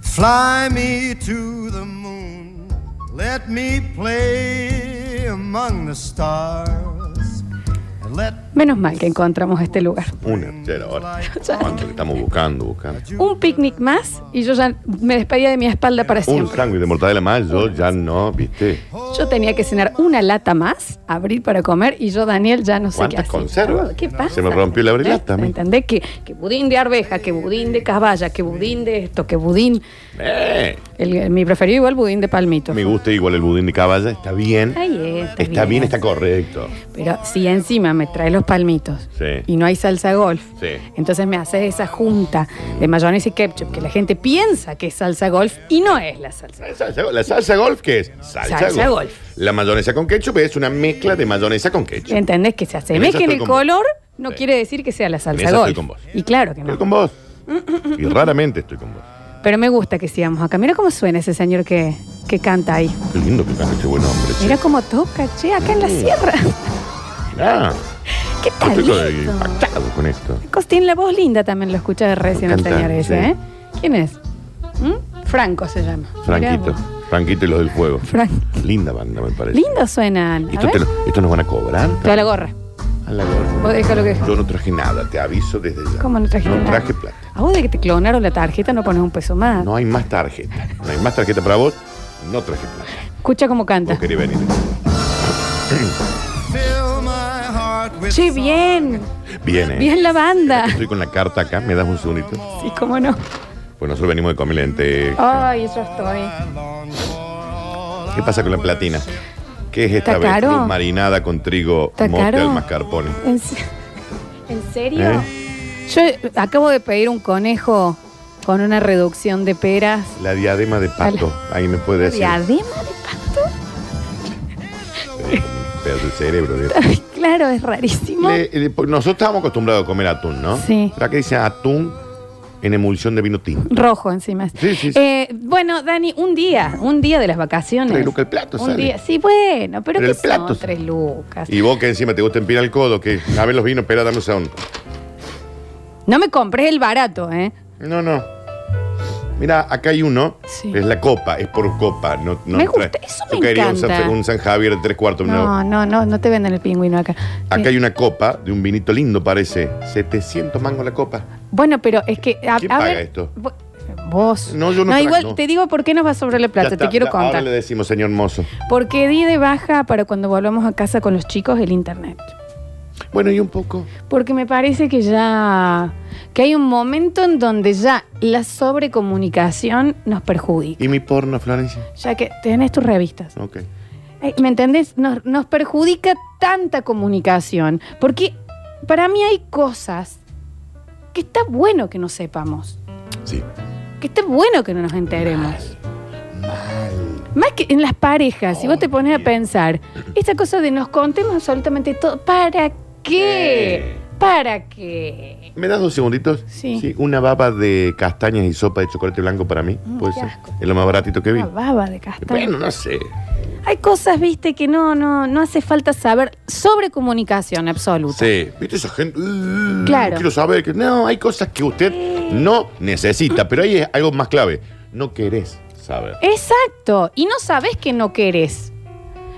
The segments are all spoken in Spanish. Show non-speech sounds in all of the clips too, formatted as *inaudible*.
Fly me to the moon. Let me play among the stars. And let Menos mal que encontramos este lugar. Una, ya era hora. ¿Cuánto le estamos buscando, buscando? Un picnic más y yo ya me despedía de mi espalda para Un siempre. sándwich de mortadela más, yo ya no, ¿viste? Yo tenía que cenar una lata más, abrir para comer y yo, Daniel, ya no sé qué ¿Cuántas hacer. Ah, conservas? ¿Qué pasa? Se me rompió la abrilata a mí. ¿Me entendés? Que, que budín de arveja, que budín de caballa, que budín de esto, que budín... Eh, El- mi preferido igual budín de palmito. me gusta igual el budín de caballa, está bien. Ahí está, Está bien, está correcto. Pero si encima me traes los palmitos Sí. y no hay salsa golf, Sí. entonces me haces esa junta de mayonesa y ketchup que la gente piensa que es salsa golf y no es la salsa. La salsa, la salsa golf, ¿qué es? Salsa golf. La mayonesa con ketchup es una mezcla de mayonesa con ketchup. ¿Entendés? Que se En esa asemeje en estoy el con vos. color no Sí. quiere decir que sea la salsa esa golf. estoy con vos. Y claro que Estoy no. con vos. Y raramente estoy con vos. Pero me gusta que sigamos acá. Mira cómo suena ese señor que, que canta ahí. Qué lindo que canta este buen hombre. che. Mira cómo toca, che, acá en la sierra. *laughs* Mirá. ¿Qué Yo tal? Ah, estoy co- impactado con esto. Tiene la voz linda también, lo escuché recién el Canta, señor ese, sí. ¿eh? ¿Quién es? ¿Mm? Franco se llama. Mirá Franquito. vos. Franquito y los del fuego. Fran- Linda banda, me parece. Lindos suenan. A Esto, te ver. lo- esto nos van a cobrar. Toda la gorra. A la gorra. Vos dejá lo que. Yo no traje nada, te aviso desde ya. ¿Cómo no trajiste No nada? traje plata. A vos de que te clonaron la tarjeta no pones un peso más. No hay más tarjeta. No hay más tarjeta para vos. No traje plata. Escucha cómo canta. Vos querés *coughs* venir. fill my heart with Che, song. bien. Bien, ¿eh? Bien la banda. Estoy con la carta acá. ¿Me das un segundito? Sí, cómo no. Pues nosotros venimos de comer lentejas. Ay, yo estoy. I long for all ¿Qué pasa con la platina? ¿Qué es esta Oh. ¿Está vez? caro? Cruz marinada con trigo, ¿Está mote, caro? mascarpone. ¿En, se- ¿En serio? ¿Eh? Yo acabo de pedir un conejo con una reducción de peras. La diadema de pato. Ahí me puede decir. Eh, Diadema de pato. Un pedazo de cerebro. *laughs* Dios. *laughs* claro, es rarísimo. Le- le- pues nosotros estábamos acostumbrados a comer atún, ¿no? Sí. La que dice atún en emulsión de vino tinto. Rojo encima. Sí, sí, sí. Eh, bueno, Dani, un día, un día de las vacaciones. Tres lucas el plato un sale. día, sí, bueno, pero, Pero ¿qué el plato son sale. tres lucas? Y vos que encima te gusta empinar el codo, que a ver los vinos, espera, dame un segundo. No me compres el barato, ¿eh? No, no. Mira, acá hay uno. Sí. Es la copa, es por copa. No, no Me gusta, eso yo me quería un encanta. San, un San Javier de tres cuartos. una- No, no, no, no te venden el pingüino acá. Acá Eh, hay una copa de un vinito lindo, parece. 700 mangos la copa. Bueno, pero es que. A, ¿Quién a paga ver, esto? vo- Vos. No, yo no tra- igual no. te digo por qué nos va sobre la plata, Ya está, te quiero ya- contar. Ahora le decimos, señor mozo. Porque di de baja para cuando volvamos a casa con los chicos el internet. Bueno, y un poco. Porque me parece que ya. que hay un momento en donde ya la sobrecomunicación nos perjudica. ¿Y mi porno, Florencia? Ya que tenés tus revistas. Ok. Eh, ¿Me entendés? Nos, nos perjudica tanta comunicación. Porque para mí hay cosas que está bueno que no sepamos. Sí. Que está bueno que no nos enteremos. Mal. Más que en las parejas, si vos te pones a pensar, esta cosa de nos contemos absolutamente todo, ¿para qué? ¿Para qué? ¿Me das dos segunditos? Sí. Una baba de castañas y sopa de chocolate blanco para mí. Mm, Puede qué ser. asco. Ah, Es lo más baratito que vi. Una baba de castaño. Bueno, no sé. Hay cosas, viste, que no, no, no hace falta saber sobre comunicación absoluta. Sí. ¿Viste esa gente? Uh, Claro. Quiero saber que. No, hay cosas que usted no necesita, pero ahí es algo más clave. No querés saber. Exacto. Y no sabes que no querés.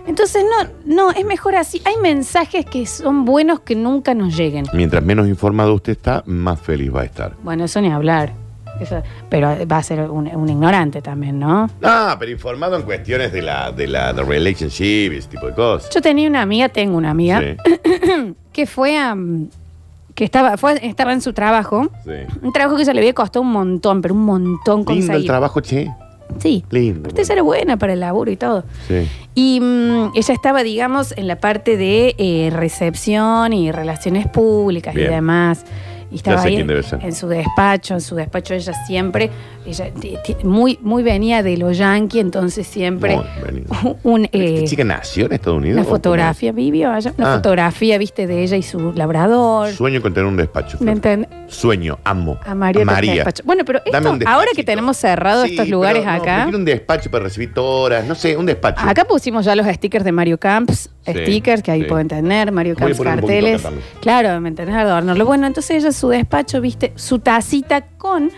Entonces, no, no, es mejor así. Hay mensajes que son buenos que nunca nos lleguen. Mientras menos informado usted está, más feliz va a estar. Bueno, eso ni hablar. Eso- pero va a ser un, un ignorante también, ¿no? Ah, pero informado en cuestiones de la, de la de relationship y ese tipo de cosas. Yo tenía una amiga, tengo una amiga, Sí, que fue a. mm, que estaba, fue- estaba en su trabajo. sí. *laughs* Un trabajo que ya le había costado un montón, pero un montón Lindo el conseguir. trabajo, che. sí. Lindo. Usted era buena para el laburo y todo. Sí. Y mm, ella estaba, digamos, en la parte de eh, recepción y relaciones públicas Bien. y demás. Y estaba sé ahí quién debe ser. en su despacho, en su despacho ella siempre, ella ti- ti- muy, muy venía de lo yankee, entonces siempre Muy venido. *laughs* un, eh, ¿Esta chica nació en Estados Unidos? una ¿O cómo fotografía, vivió allá, una Ah. fotografía, viste, de ella y su es? labrador. Sueño con tener un despacho. ¿Me Flor. entiendes? Sueño, amo. A María, del despacho. Bueno, pero esto, Dame un despachito. ahora que tenemos cerrados Sí, estos lugares pero no, acá. prefiero un despacho para recibir horas, no sé, un despacho. Acá pusimos ya los stickers de Mario Camps, Sí, stickers que ahí sí. pueden tener, Mario Voy a Camps poner un poquito carteles. acá también. Claro, ¿me entendés? Adornarlo. Bueno, entonces ella su despacho, viste, su tacita con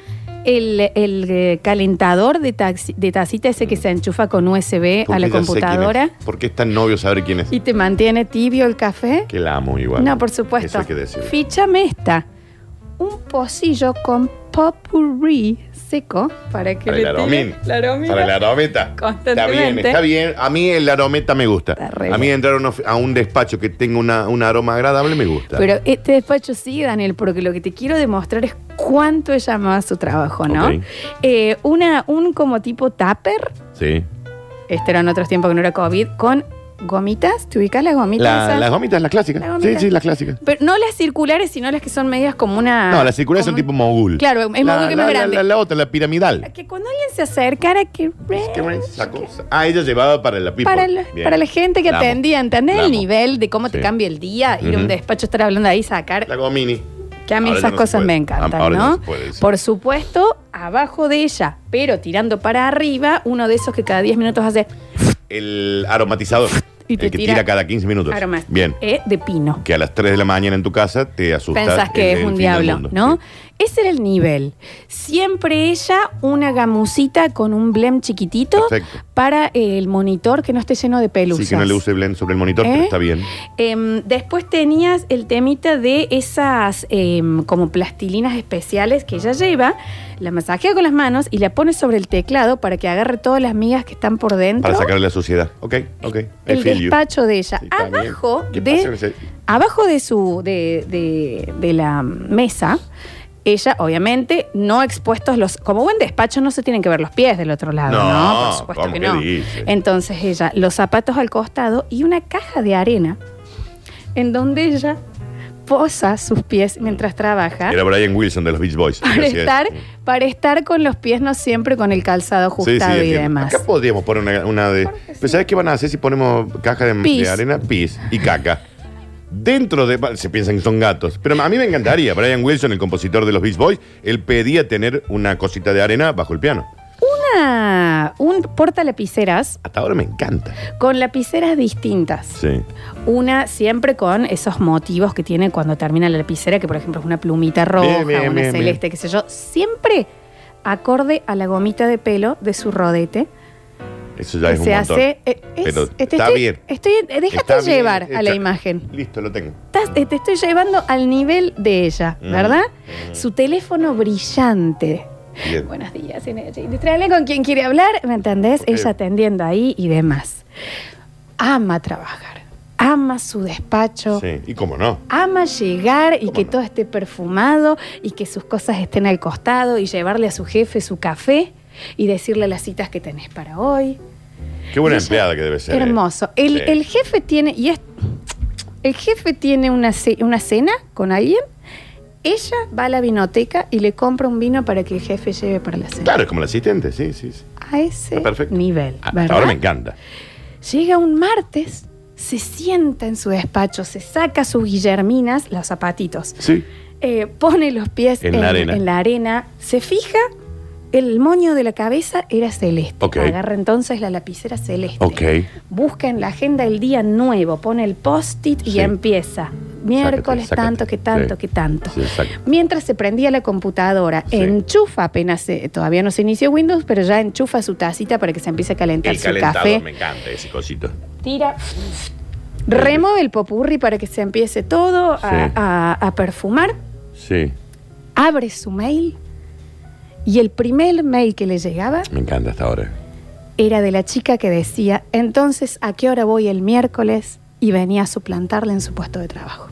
el, el, eh, calentador de, taxi- de tacita ese que se enchufa con USB Porque a la Mm. ya sé quién es. computadora ¿Por qué es tan novio saber quién es? y te mantiene tibio el café? Que la amo igual. no, por supuesto. Eso hay que decirlo. Fíchame esta. Un pocillo con popurrí seco para que Para le el aromín. tire la aromita. Para el arometa. Está bien, Constantemente. está bien. A mí el arometa me gusta. Está re A mí bien. entrar a un of- a un despacho que tenga una, un aroma agradable me gusta. Pero este despacho sí, Daniel, porque lo que te quiero demostrar es cuánto ella amaba su trabajo, ¿no? Ok. Eh, una, un como tipo tupper, sí. este era en otros tiempos que no era COVID, con gomitas, ¿te ubicas las gomitas? La- esas? las gomitas, las clásicas. Las gomitas. Sí, sí, las clásicas. Pero no las circulares, sino las que son medias como una... No, las circulares son Ah, como- tipo mogul. Claro, es La- mogul que es la- más la- grande. La, la otra, la piramidal. Que cuando alguien se acercara, que... Pues, ¿Qué me dice esa cosa? Ah, ella llevaba para la pipa. Para, la- para la gente que La amo. atendía, ¿entendés La el amo. nivel de cómo te Sí. cambia el día? Ir a un Ujú. despacho, estar hablando ahí, sacar... La gomini. Que a mí Ahora esas ya no se cosas puede. me encantan, Ahora ya ¿no? no se puede, sí. Por supuesto, abajo de ella, pero tirando para arriba, uno de esos que cada 10 minutos hace El aromatizador. Y te el que tira tira, cada 15 minutos. aromas Bien. eh, de pino. Que a las 3 de la mañana en tu casa te asustas. Pensás que el- es el un fin del diablo, mundo. ¿no? Sí. Ese era el nivel. Siempre ella, una gamusita con un blem chiquitito Perfecto. para el monitor que no esté lleno de pelusas. Sí, que no le use blend sobre el monitor, ¿Eh? pero está bien. Em, después tenías el temita de esas em, como plastilinas especiales que ella lleva, la masajea con las manos y la pone sobre el teclado para que agarre todas las migas que están por dentro. Para sacarle la suciedad. Ok, ok. I el feel you. despacho de ella. Sí, está bien. abajo ¿Qué pasa de, con ese- abajo de su de, de- de la mesa, ella obviamente no expuestos los como buen despacho no se tienen que ver los pies del otro lado, no, No, por supuesto ¿cómo? que ¿Qué no. dices? Entonces ella los zapatos al costado y una caja de arena en donde ella posa sus pies mientras trabaja. Era Brian Wilson de los Beach *laughs* Boys. Para Así es. Mm. estar, para estar con los pies no siempre con el calzado Sí, sí, ajustado y entiendo. demás. Acá podríamos poner una, una de. Pero ¿sabes qué van a hacer si ponemos caja de, de Pis. arena? Pis y caca. Dentro de. Se piensan que son gatos. Pero a mí me encantaría. Brian Wilson, el compositor de los Beach Boys, él pedía tener una cosita de arena bajo el piano. Una, un porta lapiceras Hasta ahora me encanta. con lapiceras distintas. Sí. Una siempre con esos motivos que tiene cuando termina la lapicera, que por ejemplo es una plumita roja, Bien, bien, una bien, celeste, qué sé yo. Siempre acorde a la gomita de pelo de su rodete. Eso ya que es un se montón. hace. eh, es- Pero eh, te está estoy, bien. estoy- eh, déjate Está bien, llevar a la está- imagen. Listo, lo tengo. Estás- eh, te estoy llevando al nivel de ella, Mm. ¿verdad? Su teléfono brillante. Bien. Buenos días, Energy. Distráele con quien quiere hablar, ¿me entendés? Ok. Ella atendiendo ahí y demás. Ama trabajar, ama su despacho, Sí. ¿Y cómo no? ama llegar y ¿Cómo que no? todo esté perfumado y que sus cosas estén al costado y llevarle a su jefe su café y decirle las citas que tenés para hoy. Qué buena Ella- empleada que debe ser. eh. Hermoso. El, Sí. el jefe tiene, y es, el jefe tiene una, ce- una cena con alguien. Ella va a la vinoteca y le compra un vino para que el jefe lleve para la cena. Claro, es como el asistente, sí, sí. sí. a ese Está perfecto. nivel. Hasta ¿verdad? ahora me encanta. Llega un martes, se sienta en su despacho, se saca sus guillerminas, los zapatitos, Sí. eh, pone los pies En la arena. en la arena, se fija, el moño de la cabeza era celeste. Ok. Agarra entonces la lapicera celeste. Ok. Busca en la agenda el día nuevo, pone el post-it y Sí. empieza. Miércoles sácate. tanto, que tanto, Sí. que tanto. Sí, exacto. Mientras se prendía la computadora, Sí. enchufa apenas, se- todavía no se inició Windows, pero ya enchufa su tacita para que se empiece a calentar El su calentador, café. me encanta ese cosito. Tira. Remueve el popurri para que se empiece todo a, Sí. a- a perfumar. Sí. Abre su mail. Y el primer mail que le llegaba Me encanta hasta ahora. era de la chica que decía, entonces, ¿a qué hora voy el miércoles? Y venía a suplantarle en su puesto de trabajo.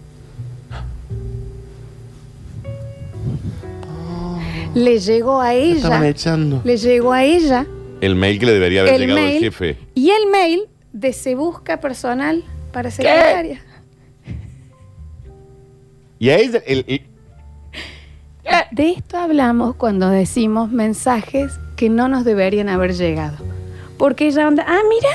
Le llegó a ella. echando. Le llegó a ella El mail que le debería haber el llegado mail al jefe. y el mail de se busca personal para secretaria. Y ahí se- el, el- Eh. De esto hablamos cuando decimos mensajes que no nos deberían haber llegado. Porque ella onda, ah, mira,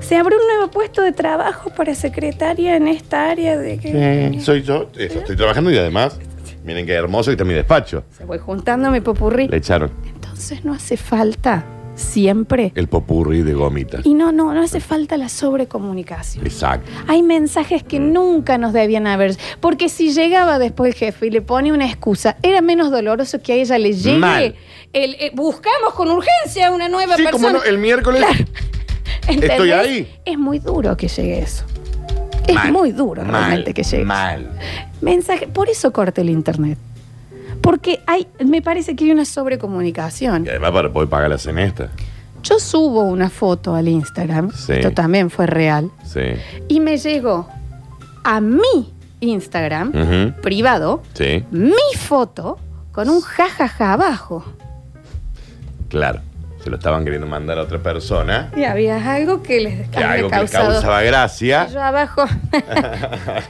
se abre un nuevo puesto de trabajo para secretaria en esta área de que... soy yo, eso, estoy trabajando y además, miren qué hermoso que está mi despacho. Se voy juntando mi popurrí. Le echaron. Entonces no hace falta siempre. El popurrí de gomitas. Y no, no, no hace falta la sobrecomunicación. Exacto. Hay mensajes que nunca nos debían haber. Porque si llegaba después el jefe y le pone una excusa, era menos doloroso que a ella le llegue. Mal. el- eh, buscamos con urgencia una nueva Sí, como persona. no, el miércoles. ¿Entendés? estoy ahí. Es muy duro que llegue eso. Es Mal, muy duro mal, realmente que llegue. Mal. Mensaje. Por eso corte el internet. Porque hay, me parece que hay una sobrecomunicación. Y además para poder pagar la cenesta. Yo subo una foto al Instagram, Sí. esto también fue real, Sí. y me llegó a mi Instagram Ujú. privado Sí. mi foto con un jajaja abajo. Claro. Se lo estaban queriendo mandar a otra persona. Y había algo que les Que había algo que le causado. causaba gracia. Y yo abajo.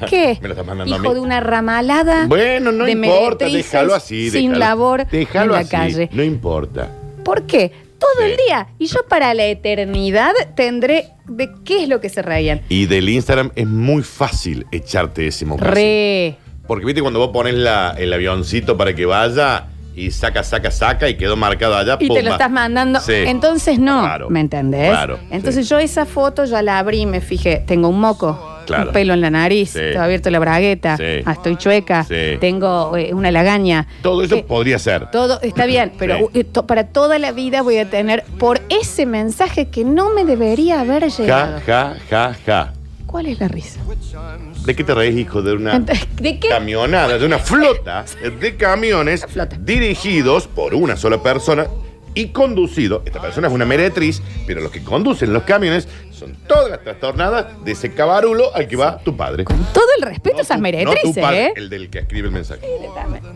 ¿Qué? *laughs* Me lo estás mandando a Hijo mí. de una ramalada. Bueno, no de importa, meretrices déjalo así. Sin déjalo- labor déjalo en la así, calle. No importa. ¿Por qué? Todo Sí. el día. Y yo para la eternidad tendré de qué es lo que se reían. Y del Instagram es muy fácil echarte ese mocaso. Re. Porque viste cuando vos pones la- el avioncito para que vaya y saca, saca, saca y quedó marcado allá. Y te pumba. lo estás mandando. Sí. Entonces no. Claro. ¿Me entendés? Claro, Entonces sí. yo esa foto ya la abrí y me fijé. Tengo un moco. Claro. Un pelo en la nariz. Sí. Tengo abierto la bragueta. Sí. ah, estoy chueca. Sí. Tengo eh, una lagaña. Todo eso Eh, podría ser. Todo está bien, pero Sí. eh, to- para toda la vida voy a tener por ese mensaje que no me debería haber llegado. Ja, ja, ja, ja. ¿Cuál es la risa? ¿De qué te reís, hijo? De una ¿De qué? camionada, de una flota de camiones Flota. dirigidos por una sola persona y conducido. Esta persona es una meretriz, pero los que conducen los camiones son todas las trastornadas de ese cabarulo al que va tu padre. Con todo el respeto a esas tu- meretrices, no tu padre, ¿eh? El del que escribe el mensaje.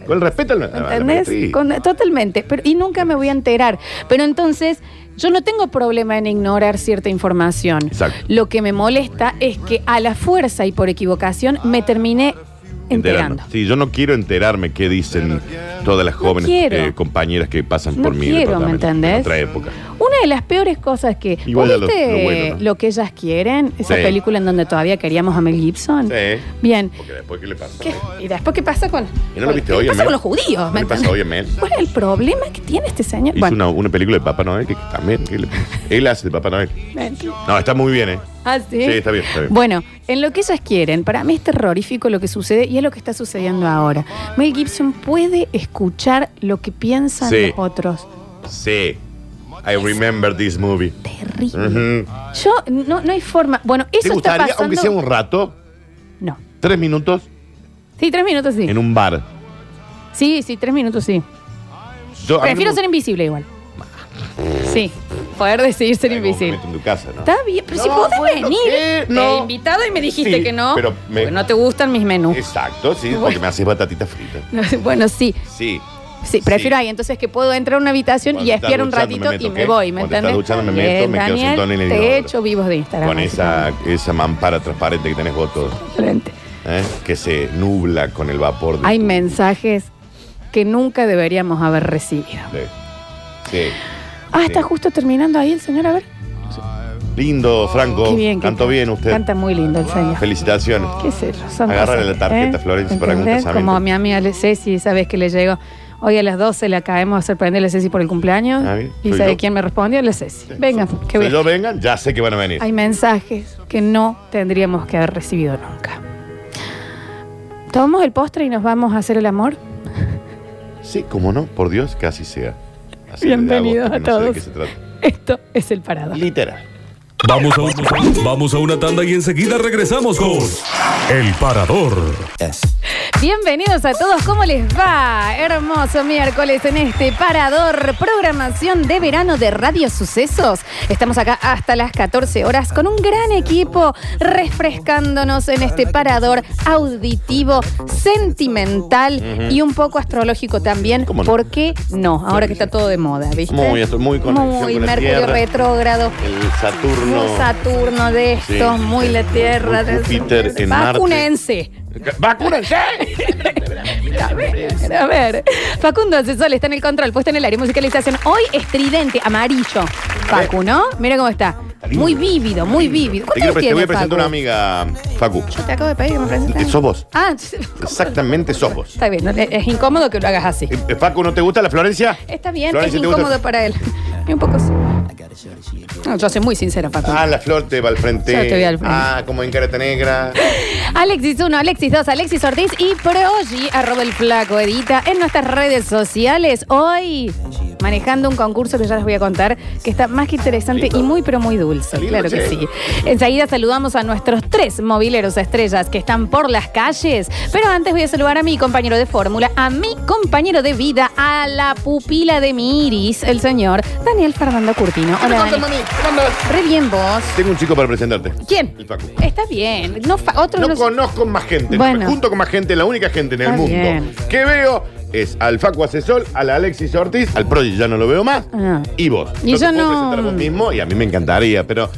Con el respeto al ¿Entendés? Con- totalmente. Pero, y nunca me voy a enterar. Pero entonces, yo no tengo problema en ignorar cierta información. Exacto. Lo que me molesta es que a la fuerza y por equivocación me terminé enterando. Sí, yo no quiero enterarme qué dicen todas las jóvenes quiero. eh, compañeras que pasan No por mi quiero, ¿me departamento entendés? en otra época. Una de las peores cosas que. Igual ¿Vos ya lo- viste lo bueno, ¿no? lo que ellas quieren? Esa Sí. película en donde todavía queríamos a Mel Gibson. Sí. Bien. Porque después, ¿qué le pasa? eh? ¿Qué- ¿Y después qué pasa con.? ¿Y no lo con- viste ¿Qué hoy a pasa Mel? con los judíos? ¿Qué le pasa hoy a Mel? ¿Cuál es el problema que tiene este señor? Hizo una, una película de Papá Noel que, que también. que le- él hace de Papá Noel. mentira. No, está muy bien, ¿eh? Ah, ¿sí? Sí, está bien, está bien. Bueno, en lo que ellas quieren, para mí es terrorífico lo que sucede y es lo que está sucediendo ahora. Mel Gibson puede escuchar lo que piensan Sí. los otros. Sí. I remember this movie. Terrible. Ujú. Yo, no, no hay forma. Bueno, ¿Te eso está gustaría, pasando. aunque sea un rato, No. tres minutos Sí, tres minutos sí. en un bar? Sí, sí, tres minutos sí. Yo, a mí Prefiero me- Mm. ser invisible igual. Sí, poder decidir ser Ay, vos me invisible. metes en tu casa, ¿no? Está bien, pero si No, podés bueno, venir. ¿qué? Te No. he invitado y me dijiste Sí, que no. pero me- porque no te gustan mis menús. Exacto, sí, porque Bueno. me haces batatitas fritas. *laughs* Bueno, sí. Sí. Sí, prefiero ahí. Entonces que puedo entrar a una habitación Cuando y estás espiar un duchando, me ratito meto, y ¿ok? me voy, ¿me Cuando entiendes? estás duchando, me meto, me quedo Daniel, sentado en el Te inodoro. echo vivos de Instagram. Con esa, esa mampara transparente que tenés vos todo, Frente. ¿eh? que se nubla con el vapor de. Hay tu- mensajes que nunca deberíamos haber recibido. de- Sí. Ah, Sí. está justo terminando ahí el señor, a ver. Lindo, Franco. Qué bien. que Cantó canta. bien usted. Canta muy lindo el señor. Felicitaciones. ¿Qué sé yo? son Agárrale cosas, ¿eh? la tarjeta, Florencia, para algún ¿Entendés? casamiento. Como a mi amiga Le- Ceci, ¿sabes que le llegó? Hoy a las 12 la caemos a sorprenderle a Ceci por el cumpleaños. Ah, bien. ¿Y Soy sabe yo. quién me respondió? La Ceci. Venga, que Si bien. yo vengan, ya sé que van a venir. Hay mensajes que no tendríamos que haber recibido nunca. ¿Tomamos el postre y nos vamos a hacer el amor? *laughs* Sí, cómo no, por Dios, casi sea. Así Bienvenidos de a agosto, que no sé de todos. qué se trata. Esto es el parado. Literal. Vamos a, un- vamos a una tanda y enseguida regresamos con El Parador. Bienvenidos a todos, ¿cómo les va? Hermoso miércoles en este parador, programación de verano de Radio Sucesos. Estamos acá hasta las 14 horas con un gran equipo refrescándonos en este parador auditivo, sentimental y un poco astrológico también. ¿Cómo no? ¿Por qué no? Ahora que está todo de moda, ¿viste? Muy, esto- muy conexión Muy con la Mercurio Tierra. retrógrado. El Saturno. Muy Saturno de estos, Sí. muy la Tierra. de- Júpiter en Marte. Vacúnense. ¡Vacúrense! A ver, a ver. Facundo Asesor está en el control, puesto en el área musicalización. Hoy estridente, amarillo. Eh. Facu, ¿no? Mira cómo está. Muy vívido, muy vívido. Te, quiero, ¿Cuántos pre- te tiene, voy a presentar Facu? una amiga, Facu. Eh, Te acabo de pedir que me presentes. Sos vos. Ah, *laughs* Exactamente sos vos. está bien. no, eh, Es incómodo que lo hagas así. Eh, Facu, ¿no te gusta la Florencia? Está bien, Eh, Florencia, es ¿te gusta? incómodo para él. Y un poco sí. No, yo soy muy sincera, Paco. Ah, la flor te va al frente. Yo te voy al frente. Ah, como en careta negra. Alexis 1, Alexis 2, Alexis Ortiz y Proji, arroba el flaco, edita en nuestras redes sociales. Hoy manejando un concurso que ya les voy a contar, que está más que interesante y muy, pero muy dulce. Lindo, claro que che. sí. Enseguida saludamos a nuestros tres mobileros estrellas que están por las calles. Pero antes voy a saludar a mi compañero de fórmula, a mi compañero de vida, a la pupila de mi iris, el señor Daniel Fernando Curtino. Hola, Dani. Re bien vos. Tengo un chico para presentarte. ¿Quién? El Facu. Está bien. No, fa- otro No no- conozco más gente. Bueno. Me junto con más gente, la única gente en el Está mundo bien. que veo es al Facu Asesor, a la Alexis Ortiz, al Prodigy ya no lo veo más, Ah. y vos. Y te yo puedo no- presentar a vos mismo y a mí me encantaría, pero,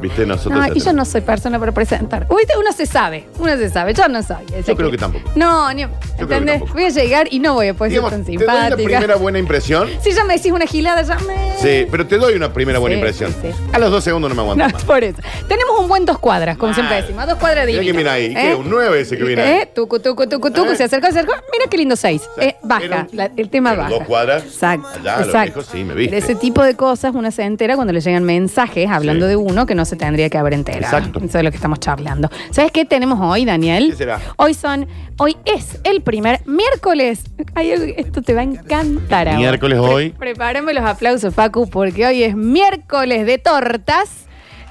viste, nosotros... No, y yo no soy persona para presentar. Oíste, Uno se sabe, uno se sabe. Yo no soy. Así Yo creo que tampoco. No, ni, creo que ¿entendés? tampoco. Voy a llegar y no voy a poder Digamos, ser tan te doy una primera simpática. buena impresión. Si ya me decís una gilada, ya me... Sí, pero te doy una primera buena Sí, impresión. sí, sí. A los dos segundos no me aguanto No, más. por eso. Tenemos un buen dos cuadras, como Mal. siempre decimos. A dos cuadras de Mirá que Ibiza. mira ahí, ¿qué? Un nueve ese que viene ¿Eh? ahí. Tucu, tucu, tucu, tucu. ¿Eh? Se acercó, se acercó. Mira qué lindo seis. sea, Eh, baja. era- la- el tema Pero baja. dos cuadras, Exacto. allá a lo exacto. lejos, sí, me viste. De ese tipo de cosas uno se entera cuando le llegan mensajes hablando Sí. de uno que no se tendría que haber enterado. Exacto. Eso es lo que estamos charlando. ¿Sabes qué tenemos hoy, Daniel? ¿Qué será? Hoy son, hoy es el primer miércoles. Ay, esto te va a encantar ahora. Miércoles hoy. Prepárame los aplausos, Facu, porque hoy es miércoles de tortas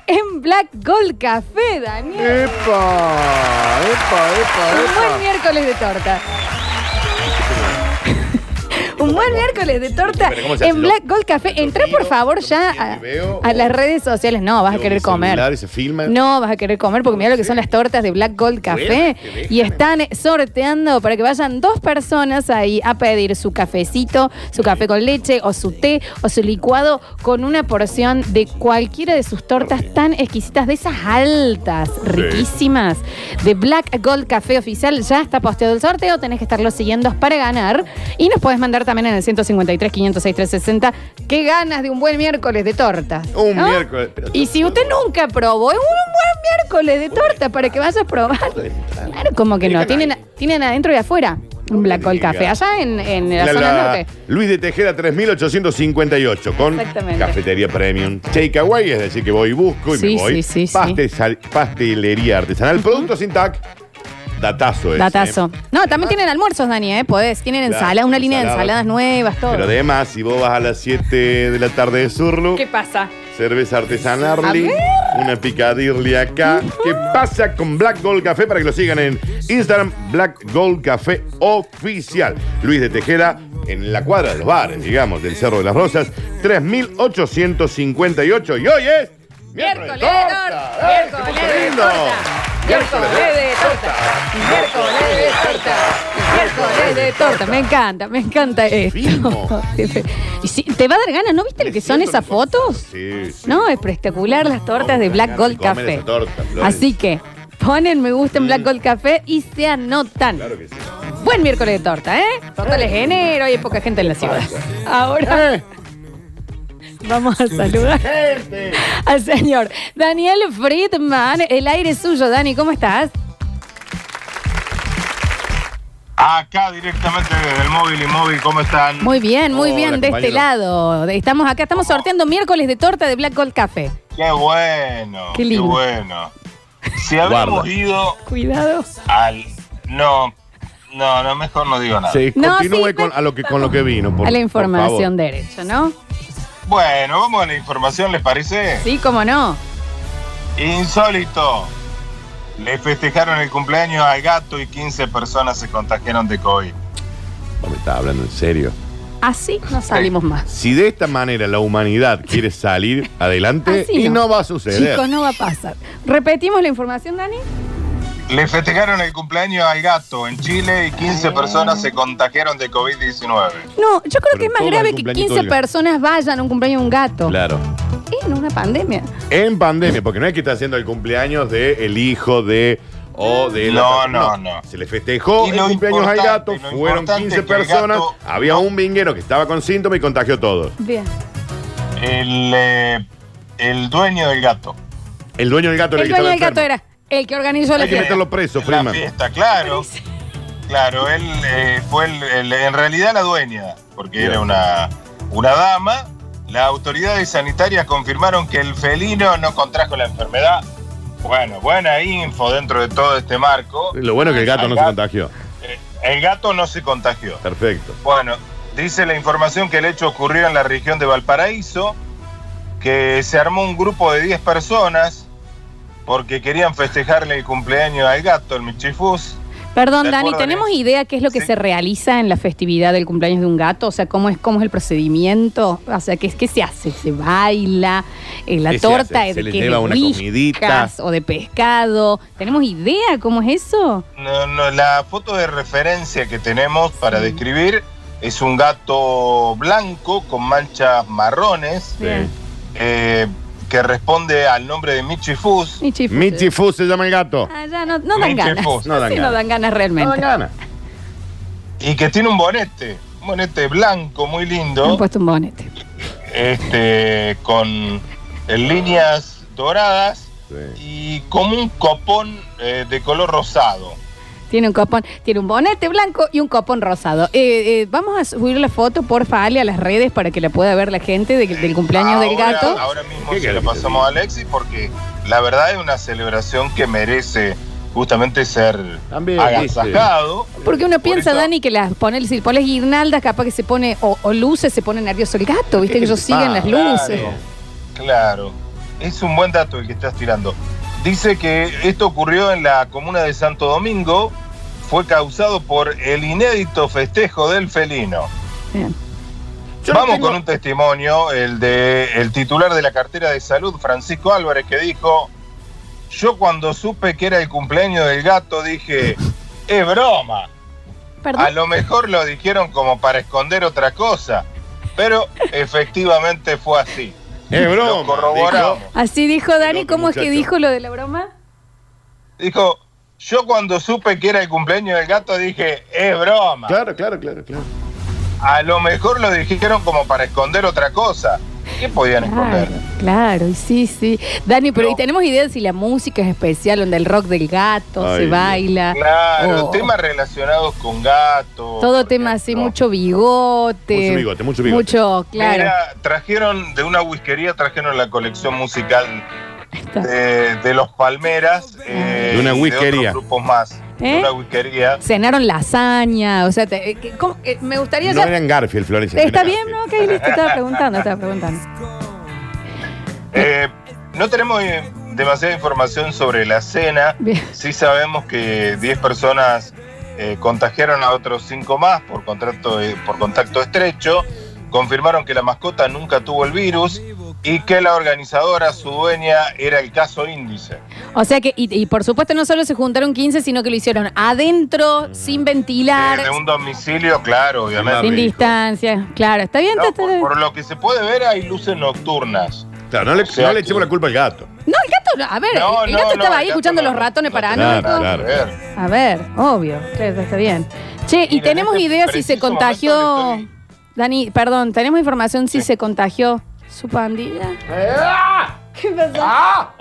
en Black Gold Café, Daniel. ¡Epa! ¡Epa, Un epa, buen miércoles de *laughs* torta. Un buen miércoles de torta Pero, ¿cómo se hace? en Lo- Black Gold Café. lo Entra, miro, por favor, yo ya me siento y veo, a, a o- las redes sociales. No, vas a Tengo querer mi celular comer. y se filma. No, vas a querer comer porque mira lo que son las tortas de Black Gold Café. Bueno, te dejan. Y están eh, sorteando para que vayan dos personas ahí a pedir su cafecito, su café con leche o su té o su licuado con una porción de cualquiera de sus tortas tan exquisitas, de esas altas, riquísimas, de Black Gold Café Oficial. Ya está posteado el sorteo, tenés que estarlo siguiendo para ganar. Y nos podés mandar también en el 153 506 360 qué ganas de un buen miércoles de tortas. Un ¿no? miércoles. Pero Y si usted nunca probó, es un buen miércoles de torta para que vayas a probar. Claro, como que no. Tienen, tienen adentro y afuera un Black Gold Café. Allá en, en la, La- zona la- norte. Luis de Tejera 3858 con Exactamente. cafetería premium. Takeaway, es decir, que voy y busco y Sí, me voy. sí, sí, sí. Pastel- Pastelería artesanal. Productos sin tac. Datazo es. Datazo. ¿eh? No, también tienen almuerzos, Dani, ¿eh? Podés. Tienen Claro, ensalada, una línea de ensaladas. ensaladas nuevas, todo. Pero además, si vos vas a las 7 de la tarde de Surlu, ¿Qué pasa? cerveza A artesanarli, ver. una picadirli acá. ¿Qué pasa con Black Gold Café? Para que lo sigan en Instagram, Black Gold Café Oficial. Luis de Tejera, en la cuadra de los bares, digamos, del Cerro de las Rosas, 3858. Y hoy es. Miércoles de torta. torta. ¡Ay, Miércoles qué de lindo! torta. Miércoles Miércoles de torta. Miércoles de torta. Miércoles de torta. Me encanta, me encanta esto. Mismo. *laughs* Y sí, ¿Te va a dar ganas? ¿No viste lo que son esas fotos? Sí, sí. No, espectacular las tortas de Vamos, Black ganas de Gold comer Café. esa torta, Flores. Mm. Así que ponen me gusta en Black Gold Café y se anotan. Claro que sí. Buen miércoles de torta, ¿eh? Torta de enero, hay poca gente en la *laughs* ciudad. Ahora Eh. vamos a saludar ¡Gente! al señor Daniel Friedman. El aire es suyo, Dani, ¿cómo estás? Acá directamente desde el móvil y móvil, ¿cómo están? Muy bien, muy Hola, bien de este compañero. lado. De- Estamos acá, estamos sorteando miércoles de torta de Black Gold Café. Qué bueno, Qué qué, lindo. bueno. Si habíamos Guarda. ido Cuidado. al... No, no, no, mejor no digo nada. Sí, No, continúe sí, con, a lo que, con lo que vino. Por, a la por información favor. derecho, ¿no? Bueno, vamos a la información, ¿les parece? Sí, cómo no. Insólito. Le festejaron el cumpleaños al gato y 15 personas se contagiaron de COVID. Hombre, estaba hablando en serio. Así no salimos más. Si de esta manera la humanidad quiere salir adelante, Así Este, y no. va a suceder. Chicos, no va a pasar. Repetimos la información, Dani. Le festejaron el cumpleaños al gato en Chile y 15 personas se contagiaron de COVID-19. No, yo creo Pero que es más todo el grave que cumpleañito 15 del gato. personas vayan a un cumpleaños de un gato. Claro. En una pandemia. En pandemia, porque no es que está haciendo el cumpleaños de el hijo de o de la- No, no, no. Se le festejó Y el lo cumpleaños al gato, importante, lo fueron importante 15 es que el personas, gato- había un vinguero que estaba con síntomas y contagió todo. Bien. El, eh, el dueño del gato. El dueño del gato era El el que dueño del estaba gato enfermo. era el que organizó la Hay que fiesta. meterlo preso, la prima. fiesta, claro. Claro, él eh, fue el- el- en realidad la dueña, porque Bien. era una, una dama Las autoridades sanitarias confirmaron que el felino no contrajo la enfermedad. Bueno, buena info dentro de todo este marco. Lo bueno es que el gato no se contagió. Eh, El gato no se contagió. Perfecto. Bueno, dice la información que el hecho ocurrió en la región de Valparaíso, que se armó un grupo de 10 personas porque querían festejarle el cumpleaños al gato, el Michifus. Perdón, De Dani, acuerdo, ¿tenemos Dani. idea qué es lo que Sí. se realiza en la festividad del cumpleaños de un gato? O sea, ¿cómo es, cómo es el procedimiento? O sea, ¿qué, qué se hace? ¿Se baila? Eh, ¿La ¿Qué se torta hace? es ¿Se de les qué? lleva ¿De una riscas comidita? ¿O de pescado? ¿Tenemos idea cómo es eso? No, no, la foto de referencia que tenemos para describir es un gato blanco con manchas marrones Bien. eh, que responde al nombre de Michifus. Ni chifo. Michifú se llama el gato. Ah, ya, no, no dan Ni ganas. chifos. No dan Sí, ganas. no dan ganas No dan realmente. ganas. y que tiene un bonete, un bonete blanco muy Me lindo. han puesto un bonete. este, con en líneas doradas Sí. y como un copón eh, de color rosado. Tiene un copón, tiene un bonete blanco y un copón rosado. Eh, eh, vamos a subir la foto, porfa, Ale, a las redes para que la pueda ver la gente de- del cumpleaños del Ahora- gato. Ahora mismo ¿Qué se lo querés que te pasamos a Alexis porque la verdad es una celebración que merece justamente ser También, agasajado. Porque uno piensa, eso- Dani, que las pone, si pones guirnaldas, capaz que se pone, o, o luces, se pone nervioso el gato, viste que ¿Qué ellos te siguen las pasa? luces. Claro. Claro, es un buen dato el que estás tirando. Dice que esto ocurrió en la comuna de Santo Domingo, fue causado por el inédito festejo del felino. Bien. Yo no Vamos tengo- con un testimonio, el de el titular de la cartera de salud, Francisco Álvarez, que dijo: Yo cuando supe que era el cumpleaños del gato, dije, es broma. Perdón. A lo mejor lo dijeron como para esconder otra cosa. Pero efectivamente fue así. Es Lo broma. corroboramos. dijo. Así dijo Dani, otro ¿cómo es que muchacho. dijo lo de la broma? Dijo, yo cuando supe que era el cumpleaños del gato dije, es broma. Claro, claro, claro, claro. A lo mejor lo dijeron como para esconder otra cosa. ¿Qué podían esconder? Claro, claro, y sí, sí. Dani, pero No. ¿y tenemos idea de si la música es especial, donde el rock del gato Ay, se Dios. baila? Claro, o- temas relacionados con gatos. Todo por tema así, ejemplo. mucho bigote. Mucho bigote, mucho bigote. Mucho, claro. Mira, trajeron de una whiskería, trajeron la colección musical Está. de, de los Palmeras. eh, De una y whiskería. otros grupos más. ¿Eh? De una whiskería. Cenaron lasaña, o sea, te- eh, que- ¿cómo- eh, me gustaría No ya- eran Garfield, Florencia. Está eran bien, Garfield. ¿no? Ok, listo, estaba preguntando, estaba preguntando. Eh, no tenemos eh, demasiada información sobre la cena. Bien. Sí sabemos que 10 personas eh, contagiaron a otros 5 más por, contrato, eh, por contacto estrecho. Confirmaron que la mascota nunca tuvo el virus y que la organizadora, su dueña, era el caso índice. Eh, O sea que, y, y por supuesto, no solo se juntaron 15, sino que lo hicieron adentro, sin ventilar, Eh, de un domicilio, claro, obviamente. sin rico. distancia. Claro, está bien, No, está- por, está- por lo que se puede ver, hay luces nocturnas. Claro, no le, sea no le que- echemos la culpa al gato. No, el gato, no, a ver, No, el, el no, gato no, estaba el ahí gato escuchando no, los no, ratones no, no, paranoicos. Claro, A ver. A ver, obvio, claro, está bien. Che, y Mira, tenemos en este idea si se preciso contagió. momento Dani, perdón, tenemos información si se contagió su *laughs* pandilla. Eh, ¿Qué pasa? ¡Ah!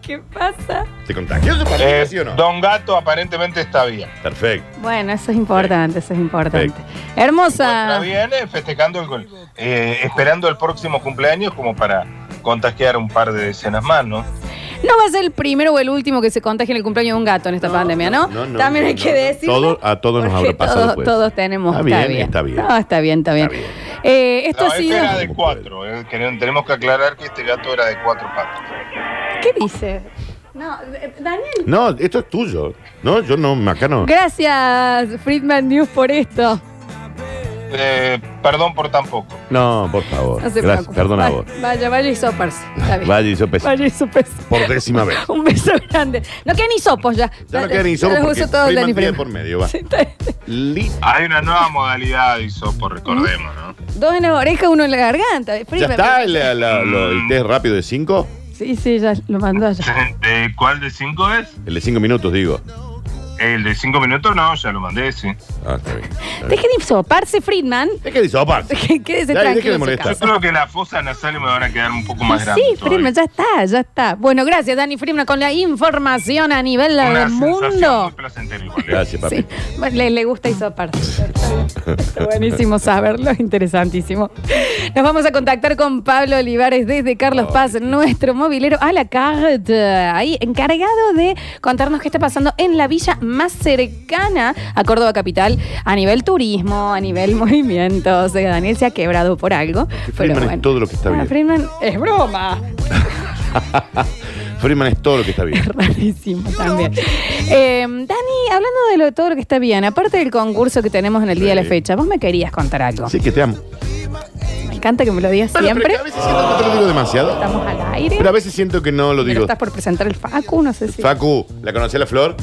¿Qué pasa? ¿Te contagió su Eh, pandilla, sí o no? Don Gato aparentemente está bien. Perfecto. Bueno, eso es importante, eso es importante. Hermosa. Nuestra viene festejando el gol, eh, esperando el próximo cumpleaños como para contagiar un par de decenas más, ¿no? No va a ser el primero o el último que se contagie en el cumpleaños de un gato en esta pandemia, ¿no? no, no, También no, hay no, que no. decir. Todo- a todos nos habrá pasado, Todos, pues. todos tenemos. Está bien, está bien. No, está bien, está bien. Está bien. Eh, esto No, ha este sido. era de cuatro. eh, que no- tenemos que aclarar que este gato era de cuatro patas. ¿Qué dice? No, eh, Daniel. No, esto es tuyo. No, yo no, acá no. Gracias, Friedman News, por esto. Eh, perdón por tampoco. No, por favor. No se Gracias, preocupe. perdona Vaya- vos. Vaya, vaya y soparse. Está bien. Vaya y yo Vaya y soparse. Por décima vez. Un beso grande. No quedan ni sopos ya. Ya no queda ni Ya solo los porque uso todos, Dani Freeman tiene Freeman. por medio, va. Sí, está bien. Li- Hay una nueva modalidad de hisopo, recordemos, ¿no? *laughs* Dos en la oreja, uno en la garganta. ¿Ya Freeman. está el, la- la- lo- el test rápido de 5? Sí, sí, ya lo mandó allá. ¿De cuál de cinco es? El de 5 minutos, digo. El de cinco minutos no, ya lo mandé, sí. Ah, *laughs* está bien. está bien. Deje de soparse, Friedman. Es *laughs* que disoparse. Quédese Dale, deje tranquilo. de en su molestar. Yo casa. creo que las fosas nasales me van a quedar un poco más Sí, grandes. todavía. Friedman, ya está, ya está. Bueno, gracias, Dani Friedman, con la información a nivel Una del sensación muy mundo. placentera igual, ¿eh? Gracias, papi. Sí, le, le gusta isoparse. Está buenísimo saberlo, interesantísimo. Nos vamos a contactar con Pablo Olivares desde Carlos Paz, nuestro movilero a la carte, ahí encargado de contarnos qué está pasando en la villa más cercana a Córdoba Capital a nivel turismo, a nivel *laughs* movimiento. O sea, Daniel se ha quebrado por algo. Pero Friedman es bueno. todo lo que está Ah, bien. Friedman es broma. Freeman es todo lo que está *laughs* bien. Rarísimo también. Eh, Dani, hablando de lo- todo lo que está bien, aparte del concurso que tenemos en el día de la Sí. fecha, vos me querías contar algo. Sí, que te amo. Me encanta que me lo digas Bueno, siempre. pero que a veces siento que te lo digo demasiado. Estamos al aire. Pero a veces siento que no lo Pero digo. estás por presentar el Facu, no sé si. Facu, ¿la conocí a la flor?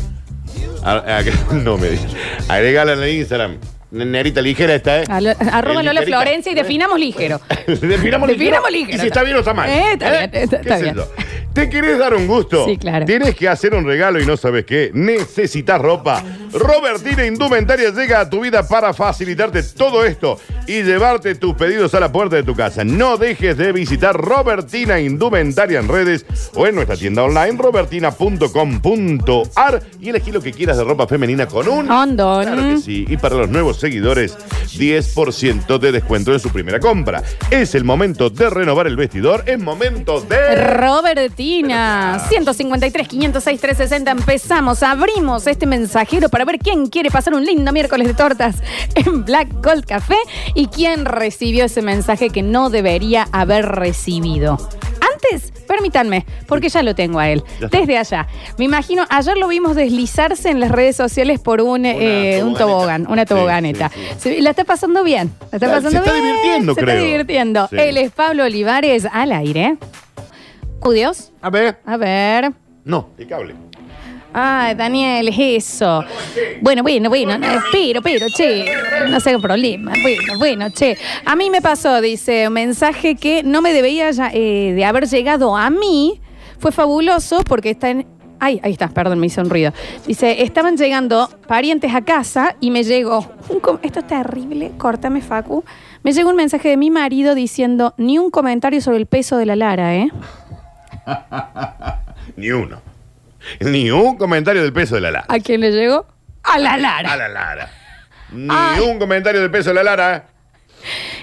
A- *laughs* a- no me digas. Agregala en el Instagram. Ne- Negrita ligera esta, ¿eh? A lo- Arroba El Lola ligerita. Florencia y definamos ligero. *laughs* Definamos ligero. Definamos ligero. Y si está bien o está mal. Eh, está bien, está- ¿Qué está sé bien. yo? ¿Te querés dar un gusto? Sí, claro. Tienes que hacer un regalo y no sabes qué. Necesitas ropa. Robertina Indumentaria llega a tu vida para facilitarte todo esto y llevarte tus pedidos a la puerta de tu casa. No dejes de visitar Robertina Indumentaria en redes o en nuestra tienda online robertina.com.ar y elegí lo que quieras de ropa femenina con un Ondón. Claro que sí. Y para los nuevos seguidores, 10% de descuento en su primera compra. Es el momento de renovar el vestidor. Es momento de. Robertina, 153, 506, 360. Empezamos, abrimos este mensajero para ver quién quiere pasar un lindo miércoles de tortas en Black Gold Café y quién recibió ese mensaje que no debería haber recibido. Antes, permítanme, porque ya lo tengo a él, Ya está. desde allá. Me imagino, ayer lo vimos deslizarse en las redes sociales por un, eh, un tobogán, toboganeta. una Sí, toboganeta. sí, sí. Se- La está pasando bien, la está Se pasando está bien, divirtiendo, se creo. está divirtiendo. Sí. Él es Pablo Olivares al aire. Oh, Dios. A ver. A ver. No, el cable. Ay, Daniel, es eso. Bueno, bueno, bueno, no, pero, pero, che, no sé qué problema. Bueno, bueno, che. A mí me pasó, dice, un mensaje que no me debía ya, eh, de haber llegado a mí. Fue fabuloso porque está en... Ay, ahí está, perdón, me hizo un ruido. Dice, estaban llegando parientes a casa y me llegó... un com- Esto es terrible, córtame, Facu. Me llegó un mensaje de mi marido diciendo, ni un comentario sobre el peso de la Lara, ¿eh? Ni uno. Ni un comentario del peso de la Lara. ¿A quién le llegó? A la A Lara. la Lara. Ni Ay. un comentario del peso de la Lara.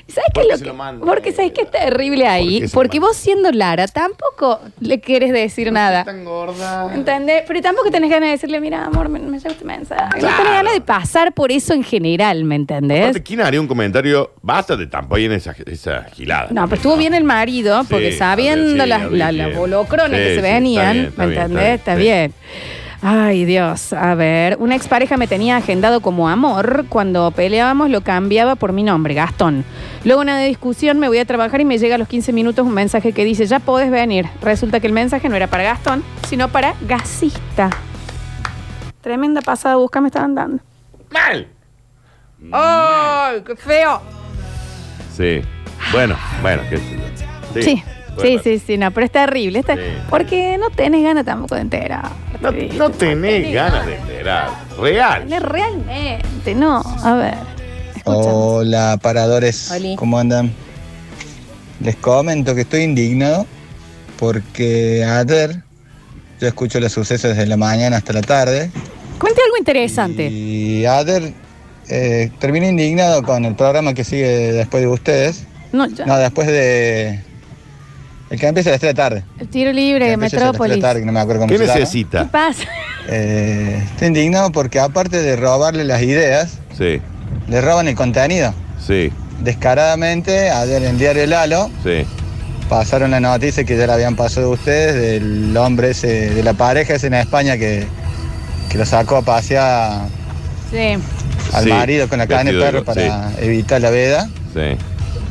¿Sabes qué ¿Por es qué lo se que- lo manda? eh, Porque sabes que es terrible ahí. ¿Por qué se lo Porque manda? vos siendo Lara tampoco le querés decir nada. Tan gorda. ¿Entendés? Pero tampoco tenés ganas de decirle, mira, amor, me, me llegó este mensaje. No tenés ganas de pasar por eso en general, ¿me entendés? Aparte, ¿Quién haría un comentario? Basta de tampoco en esa, esa gilada. No, pero estuvo bien el marido, Sí, porque sabiendo está bien, sí, las, está bien. las- las bolocronas Sí, que se sí, está venían, bien, está ¿me bien, entendés? Está está bien. bien, Ay, Dios, a ver, una expareja me tenía agendado como amor, cuando peleábamos lo cambiaba por mi nombre, Gastón. Luego una discusión, me voy a trabajar y me llega a los 15 minutos un mensaje que dice, ya podés venir. Resulta que el mensaje no era para Gastón, sino para gasista. Tremenda pasada busca me estaban dando. ¡Mal! ¡Ay, qué feo! Sí. Bueno, bueno, qué sé yo. Sí, sí, bueno. sí, sí, no, pero es terrible. está- Sí. Porque no tenés ganas tampoco de enterar. No, no tenés ganas de enterar. Real. Realmente, no. A ver. escuchamos. Hola, paradores. Oli. ¿Cómo andan? Les comento que estoy indignado porque ayer yo escucho los sucesos desde la mañana hasta la tarde. Cuente algo interesante. Y ayer eh, terminé indignado con el programa que sigue después de ustedes. No, ya. No, después de. El que empieza a las 3 de la tarde. El tiro El que libre, empieza a las 3 de Metrópolis. la tarde, que no me acuerdo cómo ¿Qué se llama. ¿Qué necesita? pasa? Eh, estoy indignado porque, aparte de robarle las ideas, Sí, le roban el contenido. sí, Descaradamente, ayer en Diario Lalo. sí. Pasaron la noticia que ya la habían pasado ustedes del hombre ese, de la pareja ese en España que, que lo sacó a pasear Sí. al Sí, marido con la carne de vestido de perro go- para evitar la veda. Sí.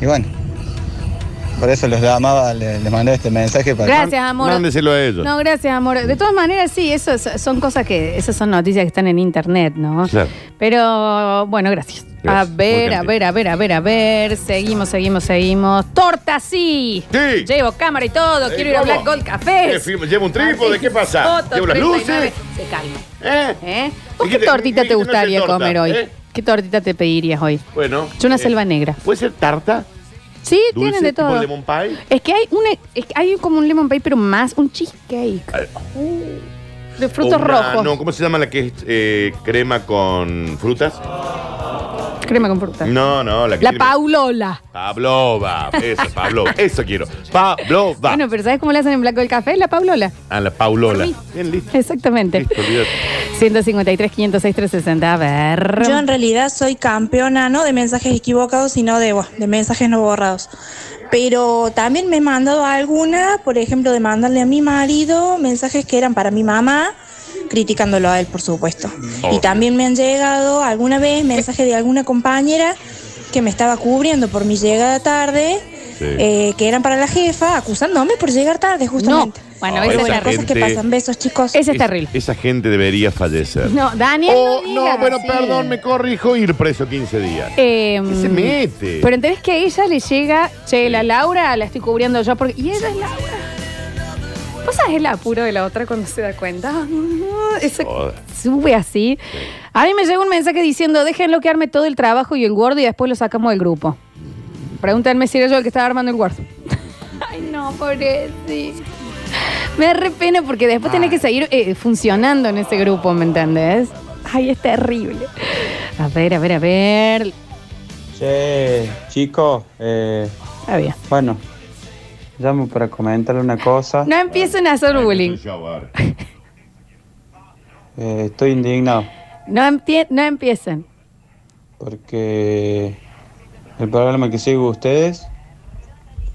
Y bueno, por eso los llamaba, le- les, mandé este mensaje para Gracias, amor. Mándeselo a ellos. No, gracias, amor. De todas maneras, sí, eso es- son cosas que. Esas son noticias que están en internet, ¿no? Claro. Pero bueno, gracias. A Gracias. ver, Muy a gentil. ver, a ver, a ver, a ver. Seguimos, seguimos, seguimos. ¡Torta sí! Sí. Llevo cámara y todo. Eh, Quiero ir a ¿cómo? Black Gold Café. Ah, ¿Qué firma? ¿Llevo un trípode? ¿Qué pasa? Fotos, ¿Llevo las 39. luces? Se calma. ¿Eh? ¿Eh? ¿Vos ¿Y qué te- tortita te dijiste no hacer gustaría torta, comer hoy? eh? ¿Qué tortita te pedirías hoy? Bueno. Yo una eh, selva negra. ¿Puede ser tarta? Sí, ¿Dulce? tienen de tipo todo. lemon pie? Es que hay una, es que hay como un lemon pie, pero más un cheesecake. Uh, Ay. De frutos O una- rojos. No, ¿cómo se llama la que es eh, crema con frutas? Crema con fruta. No, no, la que La tiene- paulola. Pablova, eso, *laughs* Pablova, eso quiero. Pablova. Bueno, pero ¿sabes cómo le hacen en blanco el café? La paulola. A la Paulola. Por mí. Bien listo. Exactamente. Listo, olvídate. 153, 506, 360. A ver. Yo en realidad soy campeona no de mensajes equivocados, sino de, buah, de mensajes no borrados. Pero también me he mandado alguna, por ejemplo, de mandarle a mi marido mensajes que eran para mi mamá, criticándolo a él, por supuesto. Obvio. Y también me han llegado alguna vez mensajes de alguna compañera que me estaba cubriendo por mi llegada tarde, Sí. eh, que eran para la jefa, acusándome por llegar tarde, justamente. Bueno, No, Pero esa esa es bueno, terrible. cosas que gente- pasan. Besos, chicos. Ese es Es- terrible. Esa gente debería fallecer. No, Daniel. Oh, no, digas no, bueno, así. perdón, me corrijo ir preso 15 días. Eh, ¿Qué se mete? Pero entendés que a ella le llega, che, la Laura la estoy cubriendo yo porque. Y ella es Laura. ¿Vos sabés el apuro de la otra cuando se da cuenta? Ah, no, Eso Joder. sube así. A mí me llegó un mensaje diciendo, déjenlo que arme todo el trabajo y el Word y después lo sacamos del grupo. Pregúntenme si era yo el que estaba armando el Word. *laughs* Ay, no, pobrecito. Me da re pena porque después tenés que seguir eh, funcionando en ese grupo, ¿me entendés? Ay, es terrible. A ver, a ver, a ver. Che, chicos, eh, A ver. bueno, llamo para comentarle una cosa. No empiecen a hacer bullying. Soy yo ahora. Eh, estoy indignado No, empie- no empiecen. porque el programa que sigo ustedes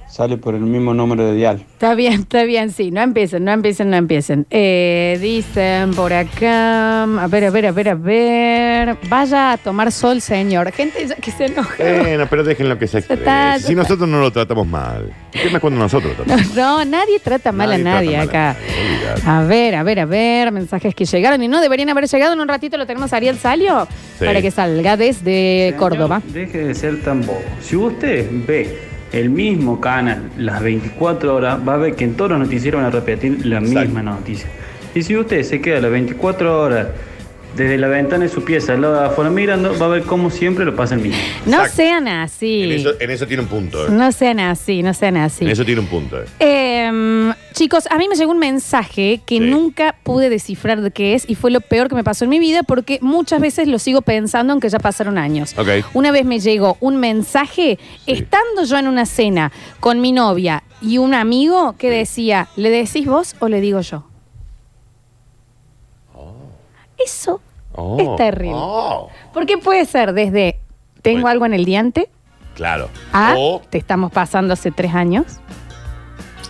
sale por el mismo número de dial. Está bien, está bien, sí. No empiecen, no empiecen, no empiecen. Eh, dicen por acá. A ver, a ver, a ver, a ver. Vaya a tomar sol, señor. Gente ya que se enoja. Bueno, pero déjenlo que se Ya está, exprese. ya Si está. nosotros no lo tratamos mal. ¿Qué más cuando nosotros lo No, *laughs* tratamos no, nadie trata mal Nadie a trata nadie mal a acá. nadie, olvídate. A ver, a ver, a ver. Mensajes que llegaron y no deberían haber llegado. En un ratito lo tenemos a Ariel Salio Sí. para que salga desde Córdoba. Deje de ser tan bobo. Si usted ve el mismo canal las 24 horas, va a ver que en todos los noticieros van a repetir la Exacto. misma noticia. Y si usted se queda las 24 horas desde la ventana de su pieza al lado de afuera mirando, va a ver cómo siempre lo pasa el mismo. No Exacto. sean En así. eso, en eso tiene un punto. eh. No sean así, no sean así. En eso tiene un punto. eh. Eh, chicos, a mí me llegó un mensaje que Sí. nunca pude descifrar de qué es y fue lo peor que me pasó en mi vida porque muchas veces lo sigo pensando aunque ya pasaron años. Ok. Una vez me llegó un mensaje estando yo en una cena con mi novia y un amigo que decía, ¿le decís vos o le digo yo? Eso Oh, es terrible. oh, Porque puede ser desde tengo Bueno. algo en el diente claro. a O, te estamos pasando hace tres años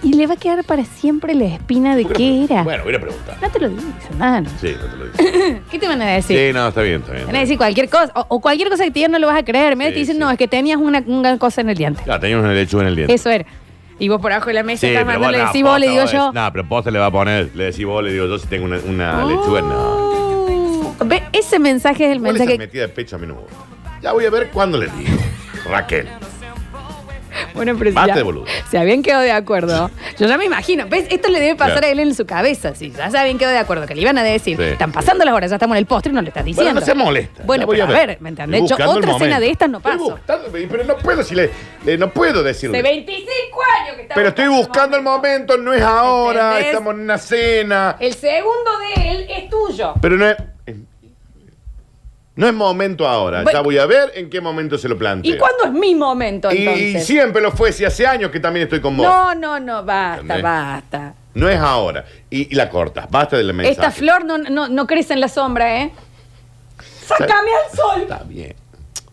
y le va a quedar para siempre la espina de qué era. bueno, voy a preguntar. No te lo digas, hermano. Sí, no te *laughs* lo digo. ¿Qué te van a Sí, decir? no, está bien, está bien. Te Van a decir cualquier cosa, o, o cualquier cosa que te digan no lo vas a creer. Me Sí, te dicen, sí. no, es que tenías una, una cosa en el diente. Claro, teníamos una lechuga en el diente. Eso era. Y vos por abajo de la mesa Sí, estás pero vos, mandándole, no, decís vos, le posta, digo vos yo. Ah. decís, No, pero posta le va a poner. Le decís vos, le digo yo si tengo una, una lechuga. No. Oh. Ve, ese mensaje es el ¿Cuál es mensaje. metida de pecho a mí no me gusta. Ya voy a ver cuándo le digo. Raquel. Bueno, pero si Basta ya- de boludo. Se habían quedado de acuerdo. Yo ya me imagino. ¿Ves? Esto le debe pasar a él en su cabeza. Si ya se habían quedado de acuerdo, que le iban a decir. Sí, Están sí. pasando las horas, ya estamos en el postre y no le estás diciendo. Bueno, no se molesta. Bueno, Ya voy pero a ver, ¿me entendés? Estoy Yo buscando el otra cena momento. de estas no Estoy paso. buscando, pero no puedo si le, le- no puedo decirle. De 25 años que estamos Pero estoy buscando el momento, no es ahora, ¿Entendés? estamos en una cena. El segundo de él es tuyo. Pero no es. es- No es momento ahora. Bueno. ya voy a ver en qué momento se lo planteo. ¿Y cuándo es mi momento Y- entonces? y siempre lo fue, si hace años que también estoy con vos. No, no, no, no, basta, ¿Entendés? basta. es ahora. Y, y la cortas, basta del mensaje. Esta flor no, no, no crece en la sombra, ¿eh? ¡Sácame al sol! Está bien.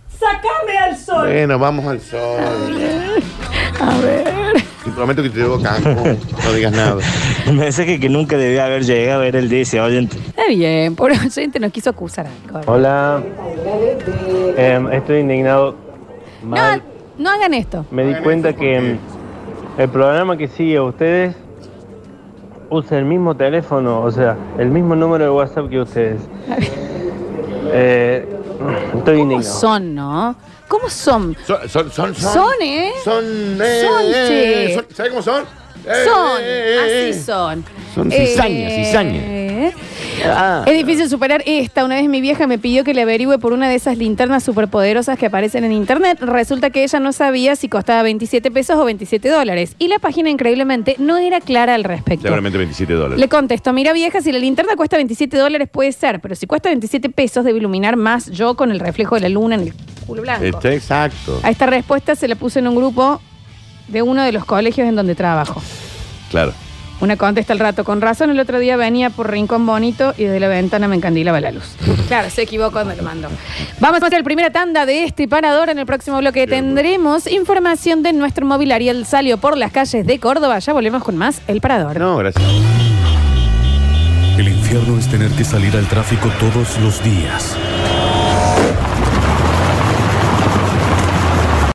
¡Sácame al sol! Bueno, vamos al sol. A ver. Te prometo que te llevo a Cancún. No digas nada. *laughs* El mensaje que nunca debía haber llegado era el de ese oyente. Está bien, pobre oyente nos quiso acusar algo. Hola, Em, estoy indignado. No, no hagan esto. Me di cuenta que mm, el programa que sigue a ustedes usa el mismo teléfono, o sea, el mismo número de WhatsApp que ustedes. Eh, Estoy indignado. Son, ¿no? ¿Cómo son? Son, son, son. Son, ¿eh? Son, eh, Son, eh, che. eh, son- ¿Sabes cómo son? Eh, Son, eh, eh, así eh. son. Son Eh, cizaña, cizaña. Ah. Es difícil superar esta. Una vez mi vieja me pidió que le averigüe por una de esas linternas superpoderosas que aparecen en internet. Resulta que ella no sabía si costaba 27 pesos o 27 dólares. Y la página, increíblemente, no era clara al respecto. Seguramente 27 dólares. Le contesto, mira vieja, si la linterna cuesta 27 dólares puede ser, pero si cuesta 27 pesos debe iluminar más yo con el reflejo de la luna en el culo blanco. Está Este, exacto. A esta respuesta se la puse en un grupo de uno de los colegios en donde trabajo. Claro. Una contesta al rato, con razón el otro día venía por Rincón Bonito y desde la ventana me encandilaba la luz. *laughs* Claro, se equivocó cuando lo mandó. Vamos a hacer la primera tanda de este parador. En el próximo bloque tendremos información de nuestro móvil Ariel Salio por las calles de Córdoba. Ya volvemos con más El Parador. No, gracias. El infierno es tener que salir al tráfico todos los días.